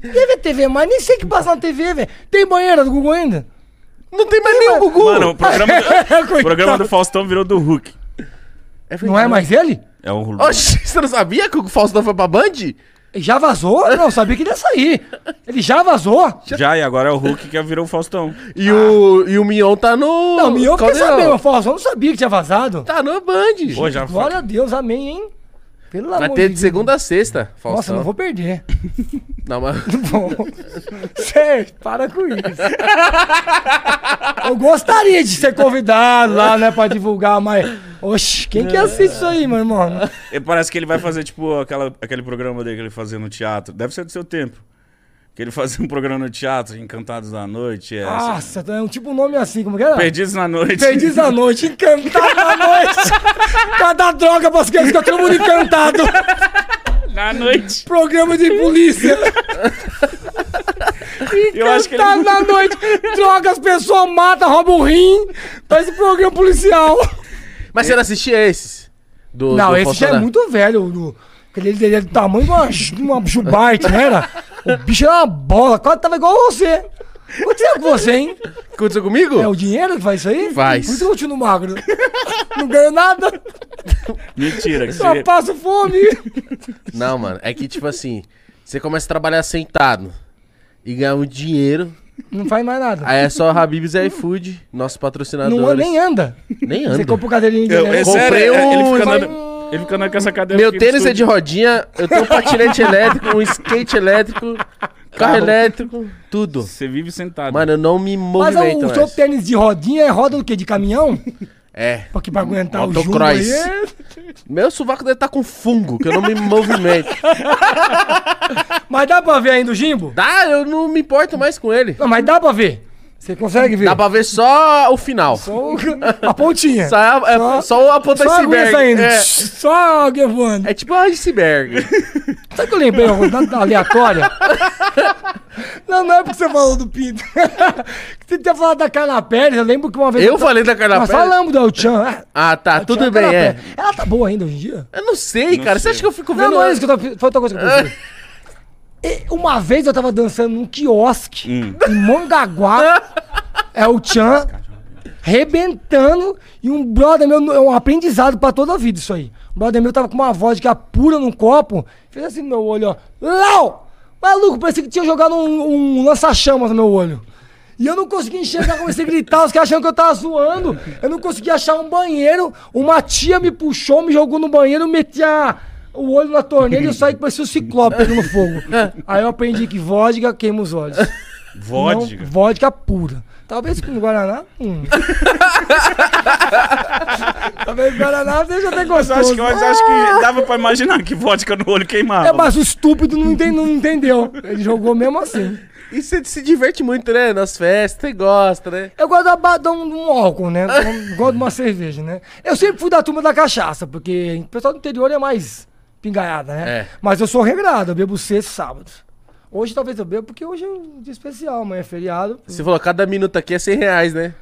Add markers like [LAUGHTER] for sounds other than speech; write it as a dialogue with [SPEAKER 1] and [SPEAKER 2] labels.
[SPEAKER 1] Deve TV, mas nem sei o que passa na TV, velho. Tem banheira do Gugu ainda?
[SPEAKER 2] Não tem mais nem o Gugu.
[SPEAKER 3] Mano,
[SPEAKER 1] [LAUGHS]
[SPEAKER 3] o
[SPEAKER 2] [LAUGHS]
[SPEAKER 3] programa do, o programa do Faustão virou do Hulk.
[SPEAKER 1] Não é mais ele?
[SPEAKER 3] É o Hulk.
[SPEAKER 2] Oxi, [LAUGHS] você não sabia que o Faustão foi pra Band?
[SPEAKER 1] Já vazou? Eu não sabia que ele ia sair. Ele já vazou?
[SPEAKER 3] É. Já, e agora é o Hulk que virou o Faustão.
[SPEAKER 2] E, o, e o Mion tá no.
[SPEAKER 1] Não, me eu fiquei
[SPEAKER 2] Caldeirão.
[SPEAKER 1] sabendo, Afonso. Eu não sabia que tinha vazado.
[SPEAKER 2] Tá no Band.
[SPEAKER 3] Pô, já foi.
[SPEAKER 1] Glória a Deus, amém, hein? Pelo
[SPEAKER 2] Vai
[SPEAKER 1] amor
[SPEAKER 2] ter
[SPEAKER 1] de
[SPEAKER 2] de segunda a sexta,
[SPEAKER 1] Deus. Nossa,
[SPEAKER 2] Faustão.
[SPEAKER 1] não vou perder. [LAUGHS]
[SPEAKER 2] Não, mas... [LAUGHS]
[SPEAKER 1] Bom, Sérgio, para com
[SPEAKER 3] [LAUGHS]
[SPEAKER 1] isso. Eu gostaria de ser convidado lá, né, pra divulgar, mas. Oxe, quem que assiste isso aí, meu irmão?
[SPEAKER 3] E Parece que ele vai fazer, tipo, aquela, aquele programa dele que ele fazia no teatro. Deve ser do seu tempo. Que ele fazia um programa no teatro, Encantados da Noite. É,
[SPEAKER 2] Ah,
[SPEAKER 1] Nossa, é um tipo um nome assim, como que era?
[SPEAKER 3] Perdidos na Noite.
[SPEAKER 1] Perdiz à noite, encantado à [LAUGHS] noite. Pra dar droga pras crianças, fica todo mundo encantado.
[SPEAKER 3] [LAUGHS] na Noite.
[SPEAKER 1] Programa de [LAUGHS] polícia.
[SPEAKER 3] Eu acho que ele...
[SPEAKER 1] Encantado à noite. Droga, as pessoas matam, roubam o rim. Faz esse programa policial.
[SPEAKER 2] mas você não assistia esses? Do,
[SPEAKER 1] Não,
[SPEAKER 2] do
[SPEAKER 1] esse
[SPEAKER 2] Faustão,
[SPEAKER 1] já é
[SPEAKER 2] né?
[SPEAKER 1] muito velho. Do, aquele dele é do tamanho de uma, ju- uma jubarte, não era? O bicho era uma bola, quase tava igual você. Aconteceu com você, hein?
[SPEAKER 2] Aconteceu comigo?
[SPEAKER 1] É o dinheiro que faz isso aí?
[SPEAKER 2] Faz.
[SPEAKER 1] Por isso que eu continuo magro. Não ganho nada,
[SPEAKER 3] Mentira. Que
[SPEAKER 1] só
[SPEAKER 3] você...
[SPEAKER 1] passo fome.
[SPEAKER 2] Não, mano. É que, tipo assim, você começa a trabalhar sentado e ganhar um dinheiro.
[SPEAKER 1] Não faz mais nada.
[SPEAKER 2] Aí é só Habibs e iFood, nossos patrocinadores.
[SPEAKER 1] Não, nem anda.
[SPEAKER 2] Nem
[SPEAKER 1] Você
[SPEAKER 2] anda.
[SPEAKER 1] compra o cadeirinho de
[SPEAKER 3] Eu, é
[SPEAKER 1] né?
[SPEAKER 3] sério, é- é- ele
[SPEAKER 2] um-
[SPEAKER 3] fica andando... Ele fica andando com essa
[SPEAKER 1] um
[SPEAKER 3] cadeira
[SPEAKER 2] Meu
[SPEAKER 3] aqui no
[SPEAKER 2] tênis é de
[SPEAKER 3] estúdio.
[SPEAKER 2] rodinha, eu tenho um patinete elétrico, um skate elétrico, carro elétrico, tudo.
[SPEAKER 3] Você vive sentado.
[SPEAKER 2] Mano, eu não me
[SPEAKER 1] Mas é um
[SPEAKER 2] movimento
[SPEAKER 1] o, o seu
[SPEAKER 2] mais.
[SPEAKER 1] tênis de rodinha é roda o quê? De caminhão?
[SPEAKER 2] É.
[SPEAKER 1] Pra, que, pra aguentar o jumbo aí.
[SPEAKER 2] Motocross. Meu sovaco deve estar com fungo, que eu não me
[SPEAKER 1] [LAUGHS]
[SPEAKER 2] movimento.
[SPEAKER 1] Mas dá pra ver ainda o jimbo?
[SPEAKER 2] Dá, Tá, eu não me importo mais com ele.
[SPEAKER 1] Não, mas dá pra ver. Você consegue ver?
[SPEAKER 2] Dá pra ver só o final. Só,
[SPEAKER 1] Só o- [LAUGHS] a pontinha.
[SPEAKER 2] a, é,
[SPEAKER 1] Só-
[SPEAKER 2] só a ponta do
[SPEAKER 1] Só a aguinha
[SPEAKER 2] iceberg.
[SPEAKER 1] saindo.
[SPEAKER 2] É,
[SPEAKER 1] Só alguém voando.
[SPEAKER 2] é tipo um
[SPEAKER 1] [LAUGHS]
[SPEAKER 2] iceberg.
[SPEAKER 1] Sabe o que eu lembrei uma coisa nada
[SPEAKER 2] [LAUGHS]
[SPEAKER 1] aleatória? Não, não é porque você falou do Pinto. [LAUGHS] que você tinha falado da Carla Pérez, eu lembro que uma vez...
[SPEAKER 2] Eu falei da Carla
[SPEAKER 1] Nós
[SPEAKER 2] Pérez.
[SPEAKER 1] falamos do El-Chan. Ah,
[SPEAKER 2] Ah, tá,
[SPEAKER 1] El-Chan,
[SPEAKER 2] tudo bem,
[SPEAKER 1] Carla
[SPEAKER 2] é.
[SPEAKER 1] Pérez. Ela tá boa ainda hoje em dia?
[SPEAKER 2] Eu não sei, cara. Você
[SPEAKER 3] sei.
[SPEAKER 2] acha que eu fico
[SPEAKER 1] Não,
[SPEAKER 2] vendo...
[SPEAKER 1] não é isso que eu tava... Foi outra coisa que eu
[SPEAKER 2] [LAUGHS]
[SPEAKER 1] pensei. E uma vez eu tava dançando num quiosque
[SPEAKER 3] Hum.
[SPEAKER 1] em
[SPEAKER 2] [LAUGHS]
[SPEAKER 1] Mongaguá. é o Chan rebentando e um brother meu, é um aprendizado pra toda a vida isso aí. Um brother meu tava com uma voz que apura num copo, fez assim no meu olho, ó. Lau! Maluco, parecia que tinha jogado um, um lança-chamas no meu olho. E eu não conseguia enxergar, comecei a gritar, os caras achando que eu tava zoando. Eu não conseguia achar um banheiro. Uma tia me puxou, me jogou no banheiro, eu meti a- o olho na torneira e eu saí que parecia um ciclope pegando fogo. Aí eu aprendi que vodka queima os olhos.
[SPEAKER 3] Vodka.
[SPEAKER 1] Não, vodka pura. Talvez com Guaraná. Hum.
[SPEAKER 3] [LAUGHS]
[SPEAKER 1] Talvez Guaraná deixa até
[SPEAKER 3] Mas eu
[SPEAKER 1] gostoso.
[SPEAKER 3] acho, que, mas eu acho que dava pra imaginar que vodka no olho queimava.
[SPEAKER 1] É, mas o estúpido não, enten- não entendeu. Ele jogou mesmo assim.
[SPEAKER 2] E você se diverte muito, né? Nas festas, você gosta, né?
[SPEAKER 1] Eu gosto da ba- de um, de um álcool, né? Eu gosto de uma cerveja, né? Eu sempre fui da turma da cachaça, porque o pessoal do interior é mais pingaiada, né?
[SPEAKER 2] É.
[SPEAKER 1] Mas eu sou regrado, eu bebo sexta e sábado. Hoje talvez eu bebo, porque hoje é um dia especial, amanhã é feriado.
[SPEAKER 2] Você falou, cada minuto aqui é 100 reais, né?